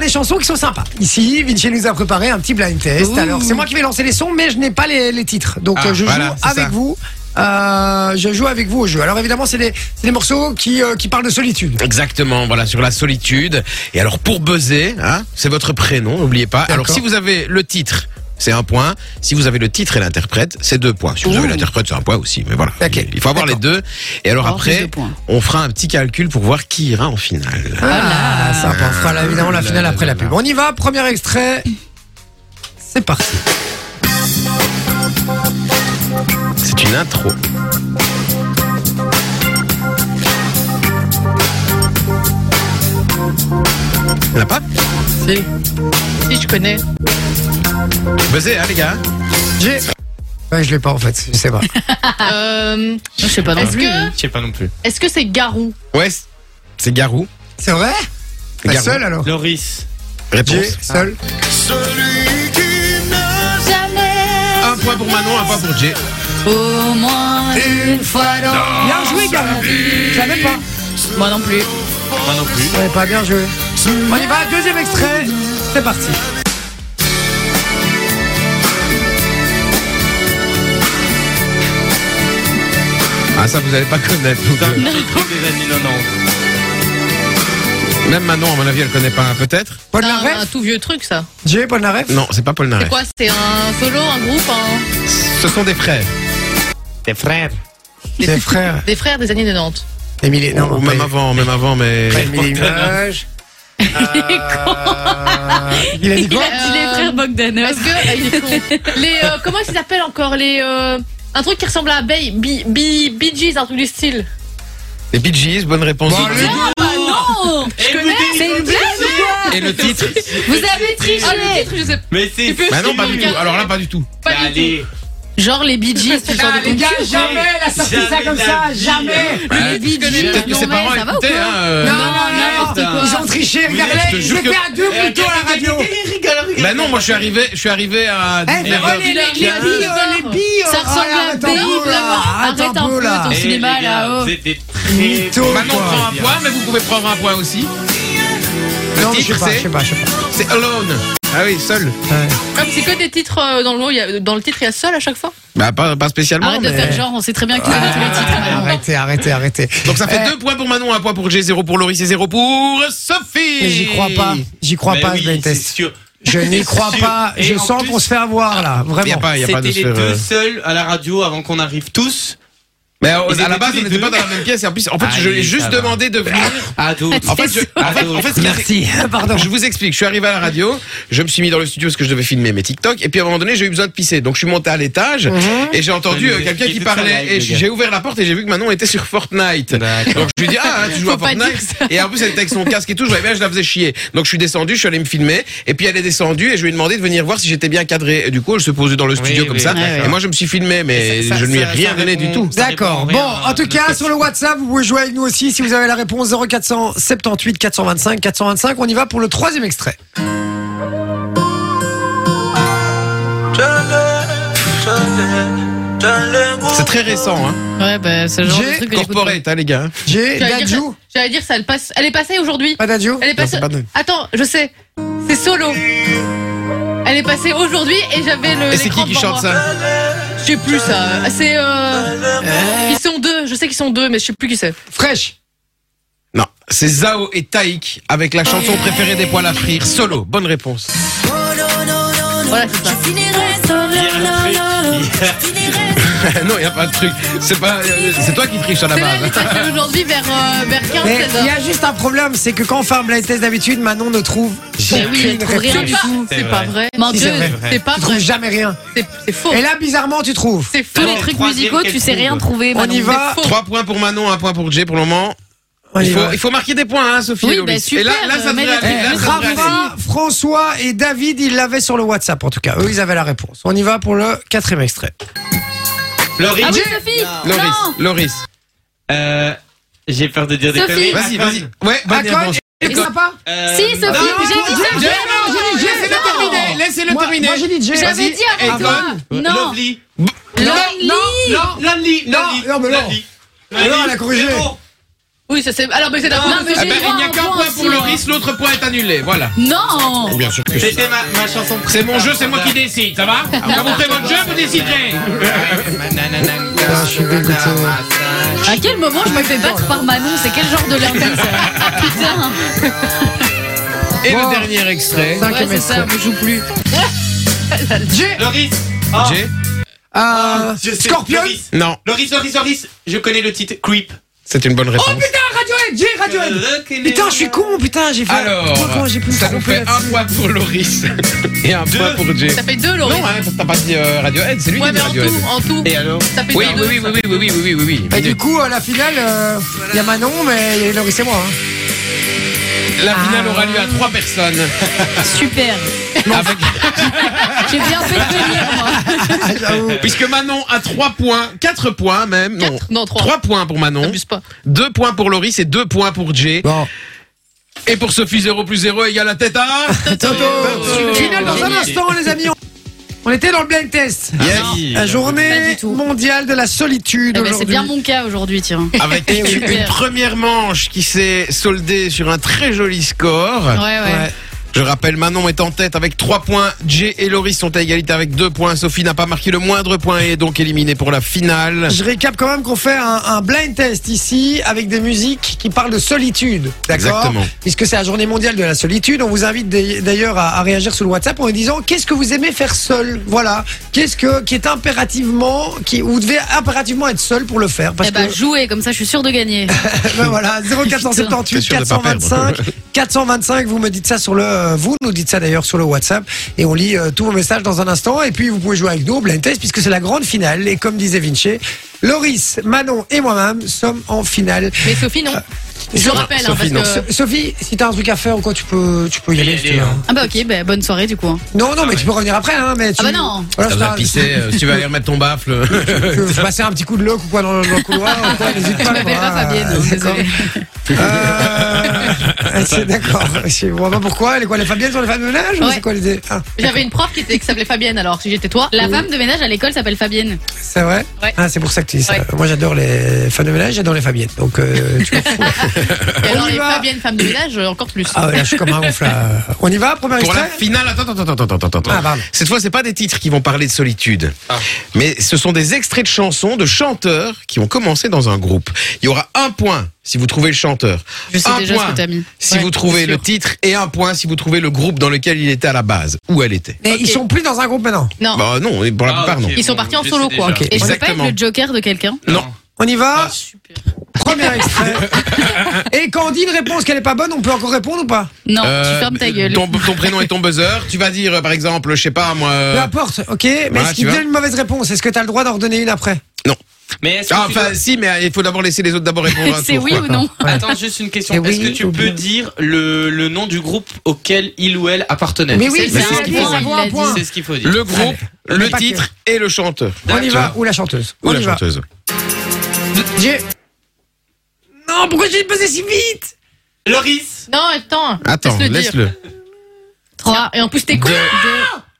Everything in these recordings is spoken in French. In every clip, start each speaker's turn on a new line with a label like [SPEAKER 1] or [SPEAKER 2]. [SPEAKER 1] des chansons qui sont sympas. Ici, Vinci nous a préparé un petit blind test.
[SPEAKER 2] Ouh.
[SPEAKER 1] Alors, c'est moi qui vais lancer les sons, mais je n'ai pas les, les titres. Donc,
[SPEAKER 3] Ah,
[SPEAKER 1] euh, je joue
[SPEAKER 3] voilà, c'est
[SPEAKER 1] avec
[SPEAKER 3] ça.
[SPEAKER 1] vous. Euh, je joue avec vous au jeu. Alors, évidemment, c'est des, c'est des morceaux qui, euh, qui parlent de solitude.
[SPEAKER 3] Exactement, voilà, sur la solitude. Et alors, pour buzzer, hein, c'est votre prénom, n'oubliez pas. Alors,
[SPEAKER 1] D'accord.
[SPEAKER 3] si vous avez le titre, c'est un point. Si vous avez le titre et l'interprète, c'est deux points. Si vous avez
[SPEAKER 2] Ouh.
[SPEAKER 3] l'interprète, c'est un point aussi. Mais voilà,
[SPEAKER 1] Ok.
[SPEAKER 3] il faut avoir les deux. Et alors,
[SPEAKER 2] Alors, c'est
[SPEAKER 3] après,
[SPEAKER 2] deux points.
[SPEAKER 3] on fera un petit calcul pour voir qui ira en finale.
[SPEAKER 1] Ah, sympa. On fera là, évidemment la
[SPEAKER 3] Là,
[SPEAKER 1] finale
[SPEAKER 3] là,
[SPEAKER 1] après la
[SPEAKER 3] là,
[SPEAKER 1] pub.
[SPEAKER 3] là.
[SPEAKER 1] On y va, premier extrait. C'est parti.
[SPEAKER 3] C'est une intro. On l'a pas
[SPEAKER 2] Si. Si, je connais.
[SPEAKER 3] Buzzez, hein, les gars
[SPEAKER 1] J'ai. Ouais, je l'ai pas en fait, c'est vrai.
[SPEAKER 2] Euh, je sais pas non
[SPEAKER 4] Est-ce
[SPEAKER 2] plus.
[SPEAKER 4] que Je sais pas non plus.
[SPEAKER 2] Est-ce que c'est Garou
[SPEAKER 3] Ouais, c'est- c'est Garou.
[SPEAKER 1] C'est vrai
[SPEAKER 3] C'est
[SPEAKER 1] T'es
[SPEAKER 3] Garou.
[SPEAKER 1] seul alors
[SPEAKER 4] Loris.
[SPEAKER 1] J'ai
[SPEAKER 3] Réponse.
[SPEAKER 1] seul.
[SPEAKER 3] Un point pour Manon, un point pour Jay.
[SPEAKER 2] Au moins une fois dans.
[SPEAKER 1] Ah. Bien joué, Garou. Je l'avais pas.
[SPEAKER 2] Moi non plus.
[SPEAKER 4] Moi non plus.
[SPEAKER 1] Ouais, pas bien joué. On y va, deuxième extrait. C'est parti.
[SPEAKER 3] Ah, ça, vous allez pas connaître. vous
[SPEAKER 4] Putain,
[SPEAKER 3] deux.
[SPEAKER 4] les trucs des années 90.
[SPEAKER 3] Même Manon, à mon avis, elle connaît pas, peut-être
[SPEAKER 1] Paul
[SPEAKER 2] C'est un, un
[SPEAKER 1] Naref
[SPEAKER 2] tout vieux truc ça.
[SPEAKER 1] J'ai Paul Naref
[SPEAKER 3] Non, c'est pas Paul
[SPEAKER 2] C'est
[SPEAKER 3] Naref.
[SPEAKER 2] quoi C'est un solo, un groupe, un-
[SPEAKER 3] Ce sont des frères.
[SPEAKER 4] Tes frères.
[SPEAKER 1] Tes frères.
[SPEAKER 2] des frères des années 90.
[SPEAKER 1] Émilie, non,
[SPEAKER 3] Ou même
[SPEAKER 1] pas-
[SPEAKER 3] avant, même avant, mais.
[SPEAKER 1] pas Émilie
[SPEAKER 4] Bogdanov.
[SPEAKER 1] Image. Euh, Il a dit quoi
[SPEAKER 2] dit les frères
[SPEAKER 5] Bogdanov.
[SPEAKER 2] Est-ce que bah, les euh, comment ils s'appellent encore les euh, un truc qui ressemble à abeille, bi, bi, Bee Gees, un truc du style.
[SPEAKER 3] Les Bee Gees, bonne réponse.
[SPEAKER 1] Bon, allez.
[SPEAKER 2] Oh,
[SPEAKER 5] non
[SPEAKER 4] Je connais.
[SPEAKER 5] C'est une blague
[SPEAKER 3] Et le titre
[SPEAKER 5] Vous avez triché
[SPEAKER 2] Ah le titre je sais
[SPEAKER 4] Mais c'est.
[SPEAKER 2] peux-
[SPEAKER 3] Bah non, pas du tout. Alors là, pas du tout.
[SPEAKER 2] pas du
[SPEAKER 4] Allez.
[SPEAKER 2] tout. Genre Ah, les Bee Gees, tu sors de ton cul.
[SPEAKER 4] jamais elle a sorti ça Jamais comme de la ça, vie. jamais.
[SPEAKER 3] Bah,
[SPEAKER 2] Les Bee Gees,
[SPEAKER 3] Peut-être que
[SPEAKER 2] non,
[SPEAKER 3] ses
[SPEAKER 2] mais
[SPEAKER 3] parents
[SPEAKER 2] ça va ou
[SPEAKER 3] écoutaient,
[SPEAKER 2] quoi
[SPEAKER 3] hein. euh,
[SPEAKER 1] Non, non, non,
[SPEAKER 4] putain.
[SPEAKER 1] Ils ont triché, regardez,
[SPEAKER 3] je te
[SPEAKER 1] ils
[SPEAKER 3] jure
[SPEAKER 1] étaient
[SPEAKER 3] que- Eh,
[SPEAKER 1] à deux plutôt à la radio.
[SPEAKER 3] Bah non, moi je suis arrivé, je suis arrivé à.
[SPEAKER 1] Eh, mais oh, les, les, les billes,
[SPEAKER 2] Bien.
[SPEAKER 1] euh, les billes,
[SPEAKER 2] Ça
[SPEAKER 1] euh,
[SPEAKER 2] ressemble
[SPEAKER 1] ah,
[SPEAKER 2] à
[SPEAKER 1] attends un peu,
[SPEAKER 2] Béouf,
[SPEAKER 1] là,
[SPEAKER 2] là-bas.
[SPEAKER 1] attends
[SPEAKER 2] Arrête un peu,
[SPEAKER 1] là.
[SPEAKER 2] ton- Au
[SPEAKER 4] Eh,
[SPEAKER 2] cinéma,
[SPEAKER 4] les gars,
[SPEAKER 2] là-haut.
[SPEAKER 4] Vous êtes des très.
[SPEAKER 1] Mytho,
[SPEAKER 3] Manon
[SPEAKER 1] quoi.
[SPEAKER 3] prend un point, mais vous pouvez prendre un point aussi. Le
[SPEAKER 1] Non, mais je
[SPEAKER 3] titre
[SPEAKER 1] sais pas, je sais
[SPEAKER 3] c'est
[SPEAKER 1] pas, je sais pas.
[SPEAKER 3] c'est Alone. Ah oui, seul.
[SPEAKER 1] Ouais.
[SPEAKER 2] Ah, mais C'est que des titres euh, dans le mot, il y a- dans le titre il y a seul à chaque fois.
[SPEAKER 3] Bah pas, pas spécialement.
[SPEAKER 2] Arrête de
[SPEAKER 3] mais-
[SPEAKER 2] faire genre, on sait très bien que tu connais tous les titres.
[SPEAKER 1] Ah, Arrêtez, arrêtez, arrêtez.
[SPEAKER 3] Donc ça fait
[SPEAKER 1] Eh,
[SPEAKER 3] deux points pour Manon, un point pour G, zéro pour Loris et zéro pour Sophie.
[SPEAKER 1] Eh, mais J'y crois pas, Ah j'y crois
[SPEAKER 4] Mais
[SPEAKER 1] pas
[SPEAKER 4] oui,
[SPEAKER 1] ce blind
[SPEAKER 4] c'est
[SPEAKER 1] test.
[SPEAKER 4] sûr.
[SPEAKER 1] Je n'y crois
[SPEAKER 4] sûr.
[SPEAKER 1] pas,
[SPEAKER 4] Et
[SPEAKER 1] je
[SPEAKER 4] en
[SPEAKER 1] sens
[SPEAKER 4] plus-
[SPEAKER 1] qu'on se fait avoir là,
[SPEAKER 3] Y a
[SPEAKER 1] vraiment.
[SPEAKER 3] pas, y a pas
[SPEAKER 4] C'était
[SPEAKER 3] de se
[SPEAKER 4] les
[SPEAKER 3] faire,
[SPEAKER 4] deux
[SPEAKER 3] euh,
[SPEAKER 4] seuls à la radio avant qu'on arrive tous.
[SPEAKER 3] Mais à, à
[SPEAKER 4] étaient
[SPEAKER 3] la base, on
[SPEAKER 4] tous les
[SPEAKER 3] n'était pas
[SPEAKER 4] deux.
[SPEAKER 3] dans la même pièce. Et en plus, en fait, je
[SPEAKER 4] Allez,
[SPEAKER 3] l'ai juste
[SPEAKER 4] ça va.
[SPEAKER 3] demandé de venir.
[SPEAKER 4] Ado.
[SPEAKER 3] En fait, je, en fait, en fait, ce qui-
[SPEAKER 1] Pardon.
[SPEAKER 3] Je vous explique, je suis arrivé à la radio, je me suis mis dans le studio parce que je devais filmer mes TikTok, et puis à un moment donné, j'ai eu besoin de pisser. Donc je suis monté à l'étage,
[SPEAKER 1] Mhm.
[SPEAKER 3] et j'ai entendu
[SPEAKER 4] Ça nous
[SPEAKER 3] euh, quelqu'un qui
[SPEAKER 4] explique toute sa
[SPEAKER 3] parlait,
[SPEAKER 4] life,
[SPEAKER 3] et
[SPEAKER 4] le gars.
[SPEAKER 3] j'ai ouvert la porte et j'ai vu que Manon était sur Fortnite.
[SPEAKER 4] D'accord.
[SPEAKER 3] Donc je lui ai dit, ah, hein, tu joues à
[SPEAKER 2] Faut pas dire
[SPEAKER 3] Fortnite.
[SPEAKER 2] ça.
[SPEAKER 3] Et en plus, elle était avec son casque et tout, je voyais bien, je la faisais chier. Donc je suis descendu, je suis allé me filmer, et puis elle est descendue, et je lui ai demandé de venir voir si j'étais bien cadré. Et du coup, elle se posait dans le studio
[SPEAKER 4] oui,
[SPEAKER 3] comme ça,
[SPEAKER 4] d'accord.
[SPEAKER 3] et moi je me suis filmé, mais
[SPEAKER 4] Ça- ça-
[SPEAKER 3] je ne lui ai
[SPEAKER 4] ça-
[SPEAKER 3] rien
[SPEAKER 4] ça
[SPEAKER 3] donné du
[SPEAKER 4] répond-
[SPEAKER 3] tout.
[SPEAKER 4] ça
[SPEAKER 1] D'accord.
[SPEAKER 4] répond
[SPEAKER 1] Bon,
[SPEAKER 4] rien à
[SPEAKER 1] en tout
[SPEAKER 4] notre
[SPEAKER 1] cas,
[SPEAKER 4] question.
[SPEAKER 1] sur le WhatsApp, vous pouvez jouer avec nous aussi si vous avez la réponse 0478 425 425. On y va pour le troisième extrait.
[SPEAKER 3] C'est très récent, hein.
[SPEAKER 2] Ouais, bah c'est le genre
[SPEAKER 1] J'ai
[SPEAKER 2] de truc que j'écoute pas.
[SPEAKER 3] Corporate, hein, les gars.
[SPEAKER 1] J'ai
[SPEAKER 2] J'allais dire,
[SPEAKER 1] Dadju.
[SPEAKER 2] j'allais dire ça, elle passe, elle est passée aujourd'hui.
[SPEAKER 1] Pas Dadju
[SPEAKER 2] Elle est
[SPEAKER 3] Non,
[SPEAKER 2] passée.
[SPEAKER 3] c'est pas dingue.
[SPEAKER 2] Attends, je sais. C'est solo. Elle est passée aujourd'hui et j'avais le.
[SPEAKER 3] Et c'est qui
[SPEAKER 2] l'écran
[SPEAKER 3] qui
[SPEAKER 2] devant
[SPEAKER 3] chante
[SPEAKER 2] moi.
[SPEAKER 3] ça
[SPEAKER 2] Je sais plus ça. Ah, C'est. euh, Ils sont deux. Je sais qu'ils sont deux, mais je sais plus qui c'est.
[SPEAKER 1] Fraîche.
[SPEAKER 3] Non, c'est Zao et Taïk avec la chanson préférée des poils à frire, solo. Bonne réponse.
[SPEAKER 2] Voilà, c'est ça.
[SPEAKER 3] non, il a pas de truc. C'est pas, euh, c'est toi qui triches à la
[SPEAKER 2] C'est là,
[SPEAKER 3] base.
[SPEAKER 2] elle est passée aujourd'hui vers, euh, vers 15
[SPEAKER 1] Mais
[SPEAKER 2] 16
[SPEAKER 1] il y
[SPEAKER 2] heures.
[SPEAKER 1] a juste un problème, c'est que quand on fait un blind test d'habitude, Manon ne trouve
[SPEAKER 2] Mais Eh oui, elle
[SPEAKER 1] aucune
[SPEAKER 2] trouve rien
[SPEAKER 1] réponse.
[SPEAKER 2] du tout.
[SPEAKER 4] C'est
[SPEAKER 2] C'est pas vrai. Mon
[SPEAKER 1] Si,
[SPEAKER 2] Dieu,
[SPEAKER 1] c'est
[SPEAKER 4] vrai.
[SPEAKER 2] c'est pas
[SPEAKER 1] Tu trouves
[SPEAKER 2] vrai.
[SPEAKER 1] jamais rien.
[SPEAKER 2] C'est c'est faux.
[SPEAKER 1] Et là, bizarrement, tu trouves.
[SPEAKER 2] Oh. C'est
[SPEAKER 5] Tous
[SPEAKER 2] faux.
[SPEAKER 5] les trucs musicaux, tu sais rien trouver.
[SPEAKER 1] On y
[SPEAKER 5] Manon.
[SPEAKER 1] va.
[SPEAKER 2] faux.
[SPEAKER 3] Trois points pour Manon, un point pour Jay pour le moment.
[SPEAKER 1] On y
[SPEAKER 3] Il faut,
[SPEAKER 1] va.
[SPEAKER 3] il faut marquer des points, hein, Sophie.
[SPEAKER 2] Oui,
[SPEAKER 3] et Loris.
[SPEAKER 2] bah, super,
[SPEAKER 3] et là, là, ça
[SPEAKER 2] euh, mais
[SPEAKER 3] devrait
[SPEAKER 2] les-
[SPEAKER 3] aller.
[SPEAKER 1] Eh,
[SPEAKER 3] Là, ça devrait aller.
[SPEAKER 1] Rafa, François et David, ils l'avaient sur le WhatsApp en tout cas. Eux, ils avaient la réponse. On y va pour le quatrième extrait.
[SPEAKER 4] Laurie,
[SPEAKER 5] Ah oui, Sophie
[SPEAKER 3] Loris,
[SPEAKER 5] Non
[SPEAKER 3] Loris.
[SPEAKER 4] euh, j'ai peur de dire des
[SPEAKER 5] Sophie.
[SPEAKER 4] conneries.
[SPEAKER 3] Vas-y, vas-y. Ouais, bonne
[SPEAKER 1] Bacon
[SPEAKER 3] réponse.
[SPEAKER 1] et Sapa
[SPEAKER 4] Euh,
[SPEAKER 5] Si, Sophie,
[SPEAKER 3] Non,
[SPEAKER 5] j'ai dit
[SPEAKER 1] toi,
[SPEAKER 5] Sophie
[SPEAKER 3] Jay,
[SPEAKER 1] non,
[SPEAKER 3] non,
[SPEAKER 1] j'ai dit Jay,
[SPEAKER 3] laissez-le
[SPEAKER 1] non.
[SPEAKER 3] terminer. Laissez-le
[SPEAKER 1] Moi-
[SPEAKER 3] terminer.
[SPEAKER 1] moi, j'ai dit Jay.
[SPEAKER 5] J'avais
[SPEAKER 3] Vas-y,
[SPEAKER 5] dit avant
[SPEAKER 3] Evan.
[SPEAKER 5] toi Non
[SPEAKER 4] Lovely.
[SPEAKER 5] Lonely
[SPEAKER 4] euh, Non, Lonely.
[SPEAKER 1] Non,
[SPEAKER 4] Lonely.
[SPEAKER 1] non, mais non.
[SPEAKER 4] Lonely.
[SPEAKER 1] Mais non, elle a corrigé.
[SPEAKER 4] C'est bon.
[SPEAKER 2] Oui, ça c'est. Alors, mais c'est
[SPEAKER 5] Non,
[SPEAKER 2] d'abord.
[SPEAKER 5] mais
[SPEAKER 3] Ah
[SPEAKER 5] j'ai
[SPEAKER 3] ben,
[SPEAKER 5] droit
[SPEAKER 3] il n'y
[SPEAKER 5] à
[SPEAKER 3] a
[SPEAKER 5] un
[SPEAKER 3] qu'un
[SPEAKER 5] point
[SPEAKER 3] point
[SPEAKER 5] aussi,
[SPEAKER 3] pour
[SPEAKER 5] hein.
[SPEAKER 3] Loris, l'autre point est annulé. Voilà.
[SPEAKER 5] Non
[SPEAKER 1] Bien sûr que Ah
[SPEAKER 4] C'était ma, ma chanson
[SPEAKER 3] C'est mon jeu, c'est moi qui décide, ça va Quand vous ferez votre jeu, vous déciderez.
[SPEAKER 1] Ah, je suis dégoûté.
[SPEAKER 5] À quel moment je me fais battre par Manon C'est quel genre de lundi ça Ah putain
[SPEAKER 3] Et
[SPEAKER 1] Bon.
[SPEAKER 3] le dernier extrait.
[SPEAKER 5] Ouais,
[SPEAKER 1] Cinquième
[SPEAKER 5] c'est ça,
[SPEAKER 1] extrait.
[SPEAKER 5] on joue plus.
[SPEAKER 4] Loris
[SPEAKER 1] Ah.
[SPEAKER 4] oh,
[SPEAKER 3] Jay
[SPEAKER 1] Euh,
[SPEAKER 4] je sais.
[SPEAKER 1] Scorpion
[SPEAKER 4] Loris,
[SPEAKER 3] Non,
[SPEAKER 4] Loris, Loris, Loris, je connais le titre Creep.
[SPEAKER 3] c'est une
[SPEAKER 1] Oh,
[SPEAKER 3] bonne réponse.
[SPEAKER 1] Radiohead, j'ai Radiohead.
[SPEAKER 4] Euh,
[SPEAKER 1] Putain, je suis con, putain, j'ai fait.
[SPEAKER 3] Alors,
[SPEAKER 1] Putain, comment j'ai pu me
[SPEAKER 3] ça nous
[SPEAKER 1] tromper
[SPEAKER 3] fait un
[SPEAKER 1] là-dessus
[SPEAKER 3] point pour Loris et un
[SPEAKER 4] Deux.
[SPEAKER 3] point pour Jay.
[SPEAKER 2] Ça fait deux, Laurie.
[SPEAKER 3] Non, hein, t'as pas dit euh, Radiohead, c'est lui
[SPEAKER 2] ouais,
[SPEAKER 3] qui dit
[SPEAKER 2] mais en
[SPEAKER 3] Radiohead.
[SPEAKER 2] tout, en tout.
[SPEAKER 4] Et alors
[SPEAKER 2] Ça fait
[SPEAKER 3] Oui,
[SPEAKER 2] deux.
[SPEAKER 3] oui, Bah, oui, oui, oui, oui, oui, oui, oui, oui.
[SPEAKER 1] Et du coup, à la finale, euh, il y a Manon, mais il y a Loris et moi. hein.
[SPEAKER 3] La finale
[SPEAKER 1] Ah.
[SPEAKER 3] aura lieu à trois personnes.
[SPEAKER 5] Super
[SPEAKER 3] Avec-
[SPEAKER 5] J'ai bien fait de venir moi
[SPEAKER 1] Ah, j'avoue.
[SPEAKER 3] Puisque Manon a trois points, quatre points même. Non,
[SPEAKER 2] Quatre Non, trois.
[SPEAKER 3] trois points pour Manon,
[SPEAKER 2] Abuse pas.
[SPEAKER 3] deux points pour Loris et deux points pour Jay.
[SPEAKER 1] Bon,
[SPEAKER 3] Et pour Sophie, 0 plus 0 égale la tête à...
[SPEAKER 1] Toto Finale dans un
[SPEAKER 4] Génial.
[SPEAKER 1] instant, les amis. on- On était dans le blind test.
[SPEAKER 4] Ah,
[SPEAKER 3] Yes.
[SPEAKER 1] La
[SPEAKER 5] Pas
[SPEAKER 1] journée
[SPEAKER 5] du tout.
[SPEAKER 1] mondiale de la solitude
[SPEAKER 5] Eh ben, C'est
[SPEAKER 1] aujourd'hui.
[SPEAKER 5] bien mon cas aujourd'hui, tiens.
[SPEAKER 3] Avec
[SPEAKER 1] Eh oui.
[SPEAKER 3] une, une première manche qui s'est soldée sur un très joli score.
[SPEAKER 5] Ouais, ouais.
[SPEAKER 3] Je rappelle, Manon est en tête avec 3 points. Jay et Loris sont à égalité avec 2 points. Sophie n'a pas marqué le moindre point et est donc éliminée pour la finale.
[SPEAKER 1] Je récap quand même qu'on fait un, un blind test ici avec des musiques qui parlent de solitude. D'accord
[SPEAKER 3] Exactement.
[SPEAKER 1] Puisque c'est la journée mondiale de la solitude, on vous invite d'ailleurs- d'ailleurs à, à réagir sur le WhatsApp en nous disant qu'est-ce que vous aimez faire seul Voilà. Qu'est-ce que qui est impérativement qui vous devez impérativement être seul pour le faire parce
[SPEAKER 5] Eh ben,
[SPEAKER 1] que
[SPEAKER 5] jouez, comme ça je suis sûr de gagner.
[SPEAKER 1] ben voilà
[SPEAKER 3] T'es
[SPEAKER 1] 0478
[SPEAKER 3] sûr de pas
[SPEAKER 1] 425 425 vous me dites ça sur le euh, vous nous dites ça d'ailleurs sur le WhatsApp et on lit euh, tous vos messages dans un instant et puis vous pouvez jouer avec nous au blind test puisque c'est la grande finale et comme disait Vinci Loris, Manon et moi-même sommes en finale.
[SPEAKER 2] Mais Sophie, non. Je le rappelle, hein,
[SPEAKER 3] Sophie,
[SPEAKER 2] parce que.
[SPEAKER 1] So- Sophie, si t'as un truc à faire ou quoi, tu peux, tu peux y
[SPEAKER 4] Y
[SPEAKER 1] aller.
[SPEAKER 4] aller,
[SPEAKER 1] si tu veux.
[SPEAKER 4] hein.
[SPEAKER 5] Ah bah ok, bah, bonne soirée du coup. hein.
[SPEAKER 1] Non, non, mais tu peux revenir après, hein. Mais tu...
[SPEAKER 5] Ah Ah, bah non.
[SPEAKER 1] Voilà,
[SPEAKER 3] Ça
[SPEAKER 1] c'est
[SPEAKER 3] va
[SPEAKER 1] pas-
[SPEAKER 3] pisser, euh, si tu vas aller remettre ton baffle.
[SPEAKER 1] que je passais un petit coup de loc ou quoi dans le, dans le couloir, ou quoi, n'hésite pas.
[SPEAKER 5] Je m'appelle
[SPEAKER 1] quoi.
[SPEAKER 5] pas Fabienne,
[SPEAKER 1] Euh,
[SPEAKER 5] donc
[SPEAKER 1] d'accord.
[SPEAKER 5] désolée.
[SPEAKER 1] Euh, c'est d'accord. Je vois pas pourquoi. Les quoi, les Fabiennes sont les femmes de ménage ou
[SPEAKER 2] Ouais.
[SPEAKER 1] c'est quoi l'idée Ah,
[SPEAKER 2] J'avais une prof qui, était- qui s'appelait Fabienne, alors si j'étais toi.
[SPEAKER 5] La femme de ménage à l'école s'appelle Fabienne.
[SPEAKER 1] c'est vrai.
[SPEAKER 2] Ouais.
[SPEAKER 1] Ah, c'est pour ça que tu dis ça.
[SPEAKER 2] Ouais.
[SPEAKER 1] Moi, j'adore les femmes de ménage, j'adore les Fabiennes. Donc, euh, tu comprends.
[SPEAKER 2] Et alors,
[SPEAKER 1] y
[SPEAKER 2] les
[SPEAKER 1] va.
[SPEAKER 2] Fabienne, femme de ménage, euh, encore plus.
[SPEAKER 1] ah, ouais, là, je suis comme un gonfle. là. On y va, premier
[SPEAKER 3] Pour la
[SPEAKER 1] extrait.
[SPEAKER 3] finale, attends, attends, attends, attends, attends.
[SPEAKER 1] Ah, pardon.
[SPEAKER 3] Cette fois, c'est pas des titres qui vont parler de solitude,
[SPEAKER 5] Ah.
[SPEAKER 3] mais ce sont des extraits de chansons de chanteurs qui ont commencé dans un groupe. Il y aura un point si vous trouvez le chanteur,
[SPEAKER 5] Je sais
[SPEAKER 3] un
[SPEAKER 5] déjà
[SPEAKER 3] point
[SPEAKER 5] ce que t'as mis.
[SPEAKER 3] si
[SPEAKER 5] Ouais,
[SPEAKER 3] vous trouvez
[SPEAKER 5] c'est
[SPEAKER 3] le
[SPEAKER 5] sûr.
[SPEAKER 3] titre et un point si vous trouvez le groupe dans lequel il était à la base, où elle était.
[SPEAKER 1] Mais
[SPEAKER 2] Ok.
[SPEAKER 1] ils sont plus dans un groupe maintenant.
[SPEAKER 2] Non.
[SPEAKER 3] Bah non, pour la
[SPEAKER 4] Ah,
[SPEAKER 3] plupart
[SPEAKER 4] ok.
[SPEAKER 3] non.
[SPEAKER 2] Ils sont partis en solo, quoi.
[SPEAKER 4] Ok.
[SPEAKER 5] Et je peux pas être
[SPEAKER 3] Exactement.
[SPEAKER 5] le joker de quelqu'un
[SPEAKER 3] Non.
[SPEAKER 1] On y va.
[SPEAKER 5] Super.
[SPEAKER 1] Premier extrait. Et quand on dit une réponse qu'elle est pas bonne, on peut encore répondre ou pas
[SPEAKER 5] Non,
[SPEAKER 3] Euh,
[SPEAKER 5] tu fermes ta gueule.
[SPEAKER 3] Ton, ton prénom et ton buzzer. Tu vas dire, euh, par exemple, je sais pas, moi. euh,
[SPEAKER 1] Peu importe, ok. Mais
[SPEAKER 3] voilà,
[SPEAKER 1] est-ce qu'il
[SPEAKER 3] tu vois.
[SPEAKER 1] donne une mauvaise réponse Est-ce que t'as le droit d'en redonner une après
[SPEAKER 4] Mais est-ce que
[SPEAKER 3] ah,
[SPEAKER 4] tu
[SPEAKER 1] bah,
[SPEAKER 3] enfin, si, mais il faut d'abord laisser les autres d'abord répondre. à un
[SPEAKER 5] C'est
[SPEAKER 3] tour,
[SPEAKER 5] oui
[SPEAKER 3] quoi.
[SPEAKER 5] ou non
[SPEAKER 4] dois- Attends, juste une question.
[SPEAKER 1] Eh
[SPEAKER 4] Est-ce
[SPEAKER 1] oui,
[SPEAKER 4] que tu
[SPEAKER 1] ou
[SPEAKER 4] peux
[SPEAKER 1] bien.
[SPEAKER 4] dire le, le nom du groupe auquel il ou elle appartenait
[SPEAKER 1] Mais oui,
[SPEAKER 5] c'est
[SPEAKER 1] c'est
[SPEAKER 5] ça,
[SPEAKER 1] un
[SPEAKER 5] il
[SPEAKER 1] point,
[SPEAKER 5] l'a
[SPEAKER 1] ça vaut
[SPEAKER 5] dit.
[SPEAKER 1] un point.
[SPEAKER 4] C'est ce qu'il faut dire.
[SPEAKER 3] Le groupe,
[SPEAKER 1] Allez,
[SPEAKER 3] le
[SPEAKER 1] pas que.
[SPEAKER 3] titre et le chanteur.
[SPEAKER 1] On y
[SPEAKER 3] Tu
[SPEAKER 1] va,
[SPEAKER 3] vois
[SPEAKER 1] ou la chanteuse.
[SPEAKER 3] Ou
[SPEAKER 1] on
[SPEAKER 3] la
[SPEAKER 1] y va.
[SPEAKER 3] chanteuse.
[SPEAKER 1] J'ai- Non, pourquoi j'ai passé si vite
[SPEAKER 4] Loris
[SPEAKER 2] Non, attends.
[SPEAKER 3] Attends,
[SPEAKER 2] laisse-le dire.
[SPEAKER 3] laisse-le.
[SPEAKER 5] 3,
[SPEAKER 2] Tiens, Et en plus, t'es con.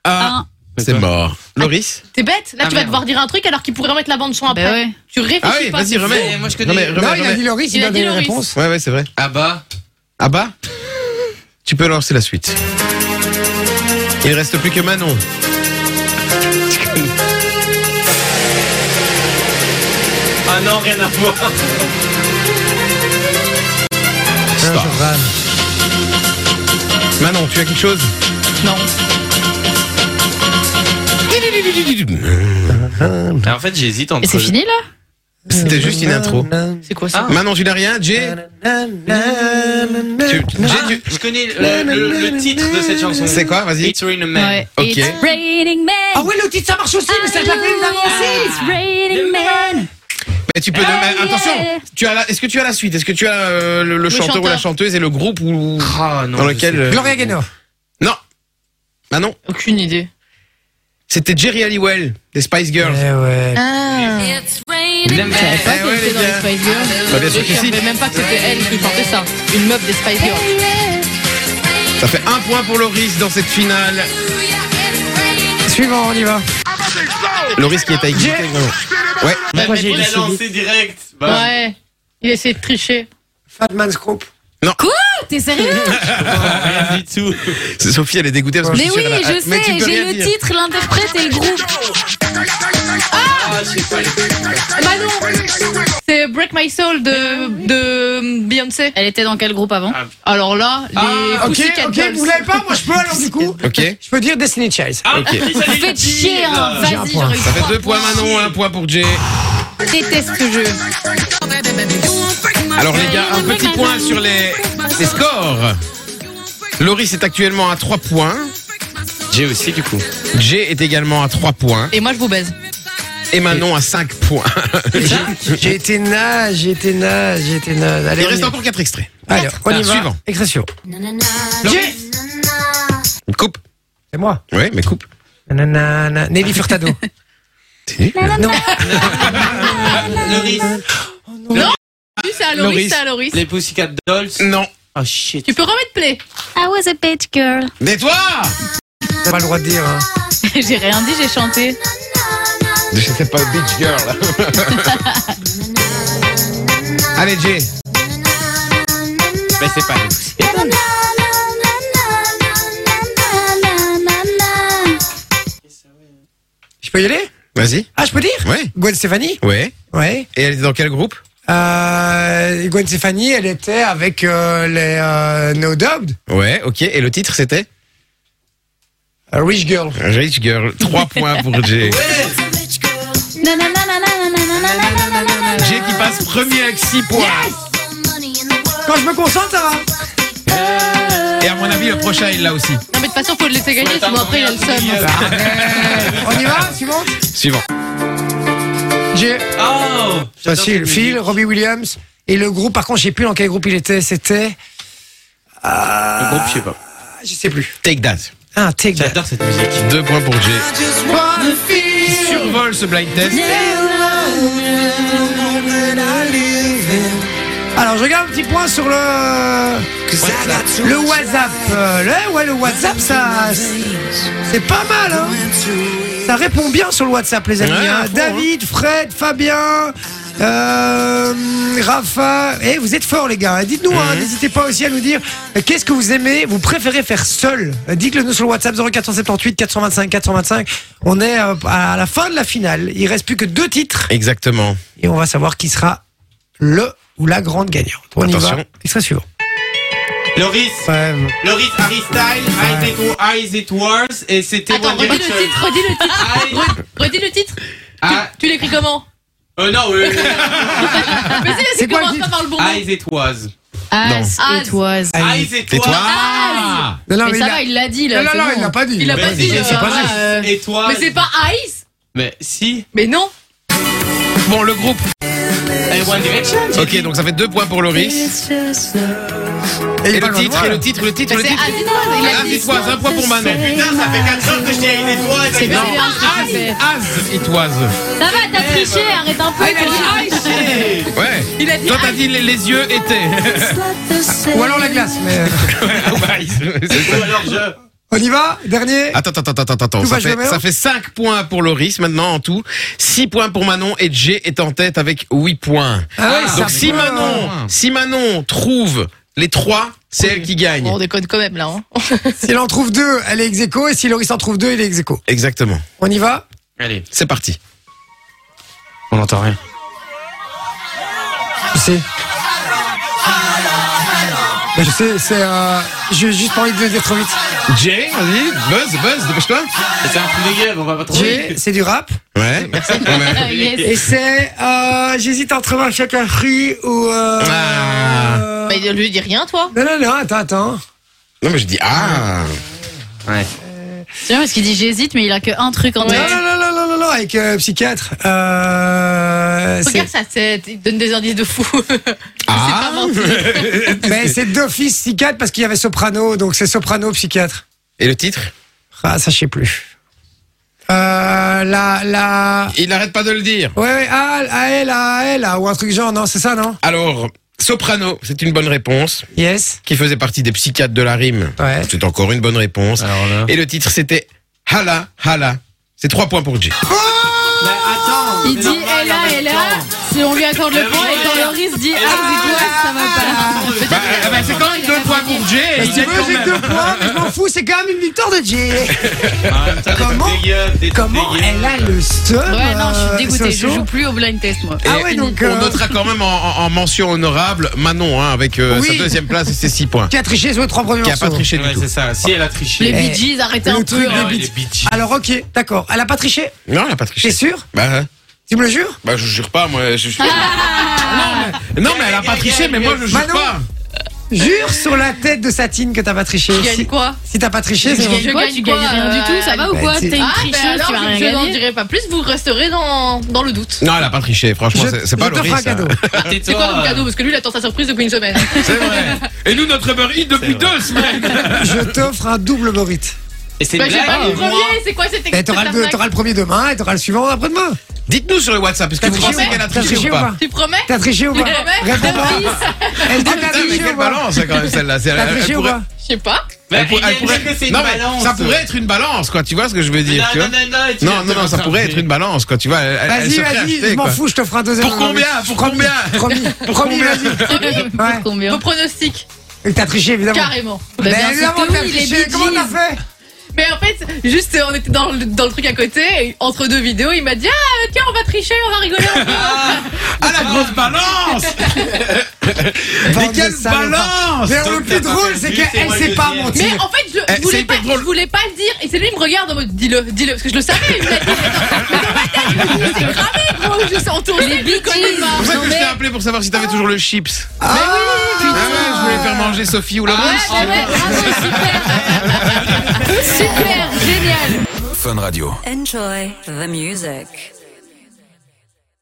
[SPEAKER 3] Ah,
[SPEAKER 5] 1.
[SPEAKER 3] c'est mort. Loris
[SPEAKER 2] T'es bête. Là,
[SPEAKER 4] Ah,
[SPEAKER 2] tu vas
[SPEAKER 4] merde.
[SPEAKER 2] devoir dire un truc alors qu'il pourrait remettre la bande son après.
[SPEAKER 5] Bah ouais.
[SPEAKER 2] Tu réfléchis
[SPEAKER 3] Ah oui,
[SPEAKER 2] pas.
[SPEAKER 3] vas-y, remets.
[SPEAKER 4] Moi, je connais.
[SPEAKER 3] Non, mais
[SPEAKER 1] Non, il
[SPEAKER 3] remets,
[SPEAKER 1] a dit
[SPEAKER 3] remets.
[SPEAKER 1] Loris, il,
[SPEAKER 2] Il
[SPEAKER 1] a
[SPEAKER 2] a dit
[SPEAKER 1] donné la
[SPEAKER 2] Loris.
[SPEAKER 1] réponse.
[SPEAKER 3] Ouais, ouais, c'est vrai.
[SPEAKER 4] Ah bah.
[SPEAKER 3] Ah bah Tu peux lancer la suite. Il reste plus que Manon.
[SPEAKER 4] Ah non, rien à voir.
[SPEAKER 3] Stop. Manon, tu as quelque chose
[SPEAKER 2] Non.
[SPEAKER 4] Ah, en fait, j'hésite entre.
[SPEAKER 5] Et c'est fini là
[SPEAKER 3] C'était juste une intro.
[SPEAKER 2] C'est quoi ça
[SPEAKER 3] Manon, tu n'as rien Jay Tu-
[SPEAKER 4] Ah,
[SPEAKER 3] Jay, tu-
[SPEAKER 4] je connais le, le- le titre de cette chanson.
[SPEAKER 3] C'est quoi Vas-y.
[SPEAKER 4] It's Rain Man.
[SPEAKER 3] Ok.
[SPEAKER 5] It's raining men.
[SPEAKER 1] Ah oui, le titre, ça marche aussi,
[SPEAKER 2] Ah
[SPEAKER 1] mais ça t'a fait évidemment aussi.
[SPEAKER 5] It's raining men.
[SPEAKER 3] Mais tu peux. mais
[SPEAKER 1] Ah,
[SPEAKER 3] attention. Tu as. la- Est-ce que tu as la suite Est-ce que tu as euh, le, le chanteur, ou
[SPEAKER 2] chanteur.
[SPEAKER 3] la chanteuse et le groupe ou
[SPEAKER 4] Ah non.
[SPEAKER 3] dans
[SPEAKER 4] je
[SPEAKER 3] lequel
[SPEAKER 4] sais
[SPEAKER 3] euh,
[SPEAKER 1] Gloria Gaynor.
[SPEAKER 3] Non. Manon,
[SPEAKER 2] Aucune idée.
[SPEAKER 3] c'était Jerry Halliwell des Spice
[SPEAKER 1] Eh
[SPEAKER 3] Girls.
[SPEAKER 1] ouais.
[SPEAKER 2] Ah.
[SPEAKER 5] It's raining
[SPEAKER 4] pas.
[SPEAKER 5] men.
[SPEAKER 2] Pas
[SPEAKER 3] Eh
[SPEAKER 2] qu'elle
[SPEAKER 3] ouais,
[SPEAKER 2] était
[SPEAKER 3] les
[SPEAKER 2] dans les
[SPEAKER 3] gars.
[SPEAKER 2] Spice Girls.
[SPEAKER 3] Bah, bien sûr
[SPEAKER 2] Je
[SPEAKER 3] que si.
[SPEAKER 2] savais même pas que c'était elle qui chantait ça. Une meuf des Spice Girls.
[SPEAKER 3] Ça fait un point pour Loris dans cette finale.
[SPEAKER 1] Suivant, on y va.
[SPEAKER 3] Loris qui est à égalité, vraiment. Ouais.
[SPEAKER 4] Bah,
[SPEAKER 1] Moi,
[SPEAKER 4] mais
[SPEAKER 1] j'ai
[SPEAKER 4] il a
[SPEAKER 1] laissé
[SPEAKER 4] lancé direct. Bah,
[SPEAKER 2] Ouais. Il essaie de tricher.
[SPEAKER 1] Fatman's Group.
[SPEAKER 5] T'es sérieux
[SPEAKER 4] bah, Rien du tout.
[SPEAKER 3] Sophie, elle est dégoûtée parce que
[SPEAKER 5] Mais
[SPEAKER 3] je
[SPEAKER 5] oui,
[SPEAKER 3] suis sûr, elle a-
[SPEAKER 5] je
[SPEAKER 3] Mais tu
[SPEAKER 5] sais,
[SPEAKER 3] peux
[SPEAKER 5] j'ai
[SPEAKER 3] rien
[SPEAKER 5] le
[SPEAKER 3] dire.
[SPEAKER 5] titre, l'interprète et le groupe.
[SPEAKER 4] Ah, je sais pas.
[SPEAKER 2] Ah, Manon C'est Break My Soul de, de Beyoncé.
[SPEAKER 5] Elle était dans quel groupe avant
[SPEAKER 3] Ah.
[SPEAKER 2] Alors là, les
[SPEAKER 4] Ah,
[SPEAKER 1] Ok,
[SPEAKER 2] Pussycat
[SPEAKER 1] ok,
[SPEAKER 2] Dolls.
[SPEAKER 1] vous l'avez pas Moi, je peux alors du coup.
[SPEAKER 3] Ok.
[SPEAKER 1] Je peux dire Destiny Child.
[SPEAKER 4] Ah,
[SPEAKER 3] Ok.
[SPEAKER 4] il fallait le
[SPEAKER 5] Faites
[SPEAKER 4] dire.
[SPEAKER 5] chier, hein,
[SPEAKER 1] J'ai un
[SPEAKER 5] vas-y,
[SPEAKER 1] point.
[SPEAKER 5] j'aurais eu
[SPEAKER 3] Ça fait
[SPEAKER 5] trois
[SPEAKER 3] deux points Manon, un point pour Jay.
[SPEAKER 5] Je déteste ce jeu.
[SPEAKER 3] Alors les gars, un petit point sur les, les scores. Loris est actuellement à 3 points.
[SPEAKER 4] J'ai aussi, du coup.
[SPEAKER 3] Jay est également à 3 points.
[SPEAKER 2] Et moi, je vous baise.
[SPEAKER 3] Et Manon à 5 points.
[SPEAKER 1] J'ai été naze, j'ai été naze, j'ai été naze. Allez,
[SPEAKER 3] Il
[SPEAKER 1] on y
[SPEAKER 3] reste
[SPEAKER 1] va.
[SPEAKER 3] encore 4 extraits.
[SPEAKER 1] Allez, on y
[SPEAKER 3] Ah,
[SPEAKER 1] va.
[SPEAKER 3] suivant.
[SPEAKER 1] Extrait suivant. Jay
[SPEAKER 3] Coupe.
[SPEAKER 1] C'est moi.
[SPEAKER 3] Ouais, mais coupe.
[SPEAKER 1] Nanana. Nelly Furtado. non.
[SPEAKER 4] Ah, Loris.
[SPEAKER 2] Lui, c'est à Loris,
[SPEAKER 3] Loris.
[SPEAKER 2] c'est à Loris.
[SPEAKER 4] Les Pussycat Dolls.
[SPEAKER 3] Non.
[SPEAKER 4] Ah, shit.
[SPEAKER 2] Tu peux remettre play.
[SPEAKER 5] I was a bitch girl.
[SPEAKER 3] Mais toi
[SPEAKER 1] T'as pas le droit de dire. Hein.
[SPEAKER 5] j'ai rien dit, j'ai chanté.
[SPEAKER 3] Je sais pas, bitch girl. Allez Jay.
[SPEAKER 4] Mais c'est pas les Pussycat Dolls.
[SPEAKER 1] Je peux y aller
[SPEAKER 3] Vas-y.
[SPEAKER 1] Ah, je peux dire
[SPEAKER 3] Ouais.
[SPEAKER 1] Gwen Stefani
[SPEAKER 3] Ouais.
[SPEAKER 1] Ouais.
[SPEAKER 3] Et elle est dans quel groupe
[SPEAKER 1] Euh, Gwen Stefani, elle était avec euh, les euh, No Doubt,
[SPEAKER 3] Ouais, ok. Et le titre c'était
[SPEAKER 1] A euh, Rich Girl.
[SPEAKER 3] Rich Girl. 3 points pour Jay. Jay qui passe premier avec 6 points.
[SPEAKER 1] Quand je me concentre, hein. ça va
[SPEAKER 3] Et à mon avis, le prochain il l'a aussi.
[SPEAKER 2] Non, mais de toute façon, faut le laisser gagner, sinon après, il
[SPEAKER 3] hein,
[SPEAKER 2] a le seum.
[SPEAKER 1] On y va Suivante
[SPEAKER 3] Suivant.
[SPEAKER 1] J'ai.
[SPEAKER 4] Oh
[SPEAKER 1] Facile. Phil, Robbie Williams. Et le groupe, par contre, je sais plus dans quel groupe il était. C'était.
[SPEAKER 4] Le groupe, je sais pas.
[SPEAKER 1] Ah, Je sais plus.
[SPEAKER 3] Take that.
[SPEAKER 1] Ah, Take That.
[SPEAKER 4] J'adore cette musique.
[SPEAKER 3] 2 points pour Jay. Qui survole ce blind test.
[SPEAKER 1] Alors, je regarde un petit point sur le. Le WhatsApp. Euh, le- ouais, le WhatsApp, ça. C'est pas mal, hein. Ça répond bien sur le WhatsApp, les amis.
[SPEAKER 3] Ouais,
[SPEAKER 1] hein.
[SPEAKER 3] à fond,
[SPEAKER 1] David, Fred, Fabien. Euh, Rafa, Eh, vous êtes forts les gars. hein. Dites-nous, hein,
[SPEAKER 3] Mhm.
[SPEAKER 1] n'hésitez pas aussi à nous dire euh, qu'est-ce que vous aimez, vous préférez faire seul. Euh, Dites-le nous sur le WhatsApp 0478 425 425. On est euh, à la fin de la finale. Il reste plus que deux titres
[SPEAKER 3] Exactement.
[SPEAKER 1] et on va savoir qui sera le ou la grande gagnante. On y va.
[SPEAKER 3] Attention.
[SPEAKER 1] Extrait suivant.
[SPEAKER 4] Loris.
[SPEAKER 1] Ouais,
[SPEAKER 4] Loris Harry Style. Eyes it, eyes it Wars. Et c'était
[SPEAKER 2] Attends,
[SPEAKER 4] One
[SPEAKER 2] redis le
[SPEAKER 4] Direction.
[SPEAKER 2] titre, redis le titre.
[SPEAKER 4] Eyes-
[SPEAKER 2] Re- Redis le titre.
[SPEAKER 4] Ah,
[SPEAKER 2] Tu l'écris comment
[SPEAKER 4] euh, non, euh,
[SPEAKER 2] Mais si,
[SPEAKER 1] C'est
[SPEAKER 2] c'est
[SPEAKER 1] quoi le
[SPEAKER 2] commence
[SPEAKER 1] titre
[SPEAKER 2] pas par le bon mot.
[SPEAKER 4] Eyes It Was.
[SPEAKER 5] As it was.
[SPEAKER 4] Eyes It
[SPEAKER 3] Et toi
[SPEAKER 4] Was.
[SPEAKER 1] Non, non,
[SPEAKER 5] Mais
[SPEAKER 1] mais il
[SPEAKER 5] ça
[SPEAKER 1] a-
[SPEAKER 5] va, il l'a dit
[SPEAKER 1] Non,
[SPEAKER 5] là.
[SPEAKER 1] non,
[SPEAKER 5] c'est
[SPEAKER 1] non,
[SPEAKER 5] bon.
[SPEAKER 1] il l'a pas dit.
[SPEAKER 2] Il a
[SPEAKER 4] Mais
[SPEAKER 2] pas dit.
[SPEAKER 4] Ben, c'est
[SPEAKER 2] euh,
[SPEAKER 1] pas
[SPEAKER 2] voilà,
[SPEAKER 1] juste.
[SPEAKER 2] euh,
[SPEAKER 4] Et toi
[SPEAKER 2] Mais c'est pas Ice
[SPEAKER 4] Mais si.
[SPEAKER 2] Mais non
[SPEAKER 3] Bon, le groupe.
[SPEAKER 4] Et One Direction.
[SPEAKER 3] Ok, donc ça fait 2 points pour Loris.
[SPEAKER 1] Et il
[SPEAKER 3] Et
[SPEAKER 1] va
[SPEAKER 3] le
[SPEAKER 1] le
[SPEAKER 3] titre,
[SPEAKER 1] voir.
[SPEAKER 3] et le titre, le titre, le
[SPEAKER 2] C'est
[SPEAKER 3] titre.
[SPEAKER 2] Ice Il a
[SPEAKER 3] Ah,
[SPEAKER 2] dit.
[SPEAKER 3] it was, un point pour Manon.
[SPEAKER 4] Putain, ça fait 4 heures que je t'ai Eyes It Was.
[SPEAKER 5] C'est bien,
[SPEAKER 4] Non.
[SPEAKER 5] c'est bien, c'est bien.
[SPEAKER 3] As it was.
[SPEAKER 5] Ça va, t'as triché, arrête un peu. toi.
[SPEAKER 3] Ouais.
[SPEAKER 2] Il a dit.
[SPEAKER 3] Toi, t'as dit les, les yeux étaient.
[SPEAKER 1] Ou alors la glace. Mais... euh,
[SPEAKER 4] Ou alors je.
[SPEAKER 1] on y va Dernier.
[SPEAKER 3] Attends, attends, attends, attends,
[SPEAKER 1] Tout
[SPEAKER 3] attends.
[SPEAKER 1] va
[SPEAKER 3] Ça
[SPEAKER 1] jouer,
[SPEAKER 3] fait,
[SPEAKER 1] Manon
[SPEAKER 3] ça fait 5 points pour Loris maintenant en tout. 6 points pour Manon et Jay est en tête avec 8 points.
[SPEAKER 1] Ah ouais, ça
[SPEAKER 3] Donc si
[SPEAKER 1] peut-
[SPEAKER 3] Manon, si Manon trouve les 3, c'est elle qui gagne.
[SPEAKER 2] Bon,
[SPEAKER 1] Oh.
[SPEAKER 2] on déconne quand même là. hein.
[SPEAKER 1] S'il en trouve deux, elle est ex aequo, Et si Loris en trouve deux, il est ex aequo.
[SPEAKER 3] Exactement.
[SPEAKER 1] On y va
[SPEAKER 4] Allez.
[SPEAKER 3] C'est parti.
[SPEAKER 4] On n'entend rien.
[SPEAKER 1] Je sais. Ben, je sais, c'est. Euh... J'ai juste pas envie de le dire trop vite.
[SPEAKER 3] Jay, vas-y, buzz, buzz, dépêche-toi.
[SPEAKER 4] C'est un coup de gueule, on va pas trop.
[SPEAKER 1] J'ai- C'est du rap.
[SPEAKER 3] Ouais, merci. Ouais.
[SPEAKER 5] Euh, yes.
[SPEAKER 1] Et c'est. Euh... J'hésite entre un chacun fruit ou. Euh...
[SPEAKER 3] Ah.
[SPEAKER 5] Bah,
[SPEAKER 1] euh,
[SPEAKER 2] Mais lui dis rien toi.
[SPEAKER 1] Non, non, non, attends, attends.
[SPEAKER 3] Non, mais je dis, ah.
[SPEAKER 4] Ouais.
[SPEAKER 5] C'est vrai parce qu'il dit j'hésite, mais il a que un truc en
[SPEAKER 1] Non,
[SPEAKER 5] tête.
[SPEAKER 1] non, non, non, non, non, non, avec euh, psychiatre. Euh, c'est-
[SPEAKER 2] Regarde sa tête, il donne des indices de fou.
[SPEAKER 3] Ah.
[SPEAKER 1] mais c'est d'office psychiatre parce qu'il y avait soprano, donc c'est soprano psychiatre.
[SPEAKER 3] Et le titre
[SPEAKER 1] Ah, ça, je sais plus. Euh, la, la.
[SPEAKER 3] Il n'arrête pas de le dire.
[SPEAKER 1] Ouais, ouais, ah, ah, elle, ah, elle, ah, ou un truc genre, non, c'est ça, non
[SPEAKER 3] Alors, Soprano, c'est une bonne réponse.
[SPEAKER 1] Yes.
[SPEAKER 3] Qui faisait partie des psychiatres de la rime.
[SPEAKER 1] Ouais.
[SPEAKER 3] C'est encore une bonne réponse.
[SPEAKER 4] Alors hein. là.
[SPEAKER 3] Bah, Et le titre, c'était Hala, Hala. C'est 3 points pour Jay.
[SPEAKER 1] Oh
[SPEAKER 4] Mais attends,
[SPEAKER 5] Il
[SPEAKER 4] c'est
[SPEAKER 5] dit
[SPEAKER 4] normal, hein,
[SPEAKER 5] et là,
[SPEAKER 4] en même
[SPEAKER 5] et là.
[SPEAKER 4] temps.
[SPEAKER 5] Si on lui accorde le
[SPEAKER 4] Mais
[SPEAKER 5] point
[SPEAKER 4] oui.
[SPEAKER 5] et quand Loris dit ah,
[SPEAKER 4] Et
[SPEAKER 5] c'est
[SPEAKER 4] là,
[SPEAKER 5] quoi, ça va pas.
[SPEAKER 3] Bah, euh, bah, c'est quand même deux points pour Jay.
[SPEAKER 1] Mais
[SPEAKER 4] il
[SPEAKER 1] si tu
[SPEAKER 4] gagne
[SPEAKER 1] veux,
[SPEAKER 4] quand
[SPEAKER 1] j'ai
[SPEAKER 4] même.
[SPEAKER 1] deux points, mais je m'en fous, c'est quand même une victoire de Jay.
[SPEAKER 4] En même temps,
[SPEAKER 1] Comment-
[SPEAKER 4] des gueules, des-
[SPEAKER 1] Comment
[SPEAKER 4] des gueules.
[SPEAKER 1] elle a le seum
[SPEAKER 5] Ouais, non, je
[SPEAKER 1] euh,
[SPEAKER 5] suis dégoûtée. Je
[SPEAKER 1] Soso
[SPEAKER 5] joue plus au blind test, moi.
[SPEAKER 1] Ah
[SPEAKER 3] Et
[SPEAKER 1] ouais, donc,
[SPEAKER 3] on
[SPEAKER 1] euh,
[SPEAKER 3] notera quand même en, en- en mention honorable Manon hein, avec euh,
[SPEAKER 1] Oui.
[SPEAKER 3] sa deuxième place et ses six points.
[SPEAKER 1] Qui a triché sur les trois premiers
[SPEAKER 3] Qui a pas
[SPEAKER 1] morceaux.
[SPEAKER 3] triché du
[SPEAKER 4] Ouais, c'est
[SPEAKER 3] tout.
[SPEAKER 4] ça. Si elle a
[SPEAKER 5] Les
[SPEAKER 4] triché.
[SPEAKER 1] Eh,
[SPEAKER 5] Bee Gees, arrêtez
[SPEAKER 1] le
[SPEAKER 5] un
[SPEAKER 1] truc des
[SPEAKER 5] peu. hein.
[SPEAKER 4] Oh,
[SPEAKER 1] Beats.
[SPEAKER 4] les bitches.
[SPEAKER 1] Alors, ok, d'accord. Elle a pas triché
[SPEAKER 3] Non, elle a pas
[SPEAKER 1] T'es
[SPEAKER 3] triché.
[SPEAKER 1] sûr
[SPEAKER 3] Bah, hein.
[SPEAKER 1] Tu me le jures
[SPEAKER 3] bah je jure pas, moi. Je, je- non, mais, non, mais elle a pas triché, mais moi je jure
[SPEAKER 1] Manon.
[SPEAKER 3] pas.
[SPEAKER 1] Jure sur la tête de Satine que t'as pas triché.
[SPEAKER 2] Tu gagnes
[SPEAKER 1] Si,
[SPEAKER 2] quoi
[SPEAKER 1] si t'as pas triché,
[SPEAKER 5] Tu
[SPEAKER 1] c'est bon.
[SPEAKER 5] gagnes quoi
[SPEAKER 2] gagnes
[SPEAKER 5] Tu gagnes
[SPEAKER 2] quoi,
[SPEAKER 5] rien du tout, ça va ou
[SPEAKER 1] bah,
[SPEAKER 5] quoi
[SPEAKER 1] tu-
[SPEAKER 5] T'es une
[SPEAKER 2] Ah, ben
[SPEAKER 5] tricheuse, tu vas
[SPEAKER 2] alors,
[SPEAKER 5] rien
[SPEAKER 2] je n'en
[SPEAKER 5] gagner.
[SPEAKER 2] dirai pas plus, vous resterez dans, dans le doute.
[SPEAKER 3] Non, elle a pas triché. Franchement,
[SPEAKER 1] Je-
[SPEAKER 3] c'est- c'est pas hein.
[SPEAKER 1] je te ferai
[SPEAKER 3] Laurie.
[SPEAKER 1] un cadeau.
[SPEAKER 4] Ah,
[SPEAKER 2] C'est quoi
[SPEAKER 5] Ah.
[SPEAKER 2] comme cadeau Parce que lui, il attend sa surprise depuis une semaine.
[SPEAKER 3] C'est vrai.
[SPEAKER 4] Et nous, notre Uber Eats depuis
[SPEAKER 6] C'est vrai.
[SPEAKER 4] deux semaines.
[SPEAKER 1] Je t'offre un double Borit.
[SPEAKER 4] Et c'est
[SPEAKER 2] Bah,
[SPEAKER 4] une
[SPEAKER 2] j'ai pas
[SPEAKER 4] blague.
[SPEAKER 2] le premier, c'est quoi cette
[SPEAKER 1] Et Eh, t'auras le, deux-
[SPEAKER 2] cette
[SPEAKER 1] t'auras
[SPEAKER 2] arnaque
[SPEAKER 1] le premier demain et t'auras le suivant après-demain.
[SPEAKER 3] Dites-nous sur le WhatsApp, est-ce que
[SPEAKER 1] T'as
[SPEAKER 3] vous
[SPEAKER 1] triché,
[SPEAKER 3] pensez
[SPEAKER 1] ou
[SPEAKER 3] qu'elle a
[SPEAKER 1] pas T'as
[SPEAKER 3] triché ou pas
[SPEAKER 2] Tu promets
[SPEAKER 1] T'as triché ou
[SPEAKER 2] Tu
[SPEAKER 1] pas
[SPEAKER 2] promets
[SPEAKER 1] Réponds-moi. Est-ce
[SPEAKER 3] Ah,
[SPEAKER 1] que t'as
[SPEAKER 3] putain, mais
[SPEAKER 1] triché
[SPEAKER 3] quelle
[SPEAKER 1] ou pas
[SPEAKER 3] balance hein, quand même celle-là. C'est-
[SPEAKER 1] T'as
[SPEAKER 3] elle- elle
[SPEAKER 1] triché ou
[SPEAKER 3] pourrait-
[SPEAKER 1] pas
[SPEAKER 2] Je sais pas.
[SPEAKER 4] Mais
[SPEAKER 3] elle pour- elle
[SPEAKER 4] elle
[SPEAKER 3] pourrait-
[SPEAKER 4] Ah, dit que c'est une
[SPEAKER 3] Non, mais
[SPEAKER 4] balance.
[SPEAKER 3] ça pourrait être une balance, quoi. Tu vois ce que je veux dire,
[SPEAKER 4] Non,
[SPEAKER 3] tu vois
[SPEAKER 4] non, non, non, tu
[SPEAKER 3] Non,
[SPEAKER 4] vas
[SPEAKER 3] non,
[SPEAKER 4] te
[SPEAKER 3] non, ça
[SPEAKER 4] rattraper.
[SPEAKER 3] pourrait être une balance, quoi. Tu vois, elle, elle- elle
[SPEAKER 1] Vas-y,
[SPEAKER 3] se ferait
[SPEAKER 1] vas-y,
[SPEAKER 3] acheter,
[SPEAKER 1] je m'en
[SPEAKER 3] quoi.
[SPEAKER 1] fous, je t'offre un deuxième.
[SPEAKER 3] Pour combien Pour combien
[SPEAKER 1] Promis, promis, vas-y. Ouais.
[SPEAKER 5] Pour combien
[SPEAKER 2] Vos pronostics,
[SPEAKER 1] Et T'as triché, évidemment.
[SPEAKER 2] carrément.
[SPEAKER 5] Bah, bien
[SPEAKER 1] Mais
[SPEAKER 5] sûr
[SPEAKER 1] évidemment,
[SPEAKER 5] que
[SPEAKER 1] t'as
[SPEAKER 5] oui, les
[SPEAKER 1] triché.
[SPEAKER 5] Bee
[SPEAKER 1] Comment
[SPEAKER 5] Gees.
[SPEAKER 1] t'as fait
[SPEAKER 3] Oh,
[SPEAKER 2] Mais en fait, juste, euh, on était dans le, dans le truc à côté, et entre deux vidéos, il m'a dit Ah, euh, tiens, on va tricher, on va rigoler un peu.
[SPEAKER 3] Ah, la grosse balance Mais
[SPEAKER 1] Bande de
[SPEAKER 3] quelle
[SPEAKER 1] salopards.
[SPEAKER 3] balance
[SPEAKER 1] Mais le
[SPEAKER 4] Donc,
[SPEAKER 1] plus
[SPEAKER 4] t'as pas
[SPEAKER 1] drôle,
[SPEAKER 4] perdu,
[SPEAKER 1] c'est
[SPEAKER 4] c'est
[SPEAKER 1] qu'elle
[SPEAKER 4] moi
[SPEAKER 1] sait
[SPEAKER 4] le
[SPEAKER 1] pas
[SPEAKER 4] deuxième.
[SPEAKER 1] mentir.
[SPEAKER 2] Mais en fait, je,
[SPEAKER 3] Eh,
[SPEAKER 2] voulais,
[SPEAKER 3] c'est
[SPEAKER 2] pas,
[SPEAKER 3] hyper drôle.
[SPEAKER 2] je voulais pas le dire. Et c'est lui, il me regarde en mode Dis-le, dis-le. Parce que je le savais, il me l'a dit. Mais dans ma tête, je me dis, C'est gravé, gros. Je sais, on tourne,
[SPEAKER 5] Les
[SPEAKER 2] je le connais
[SPEAKER 5] bêtises.
[SPEAKER 2] pas.
[SPEAKER 3] C'est pour ça
[SPEAKER 5] Non,
[SPEAKER 3] que je t'ai
[SPEAKER 5] mais-
[SPEAKER 3] appelé pour savoir si t'avais toujours le chips.
[SPEAKER 1] Ah,
[SPEAKER 3] Ah ouais, je voulais faire manger Sophie ou la
[SPEAKER 5] Ouais,
[SPEAKER 3] grosse.
[SPEAKER 5] bah ouais, bravo, super Super, génial
[SPEAKER 6] Fun Radio.
[SPEAKER 7] Enjoy the music.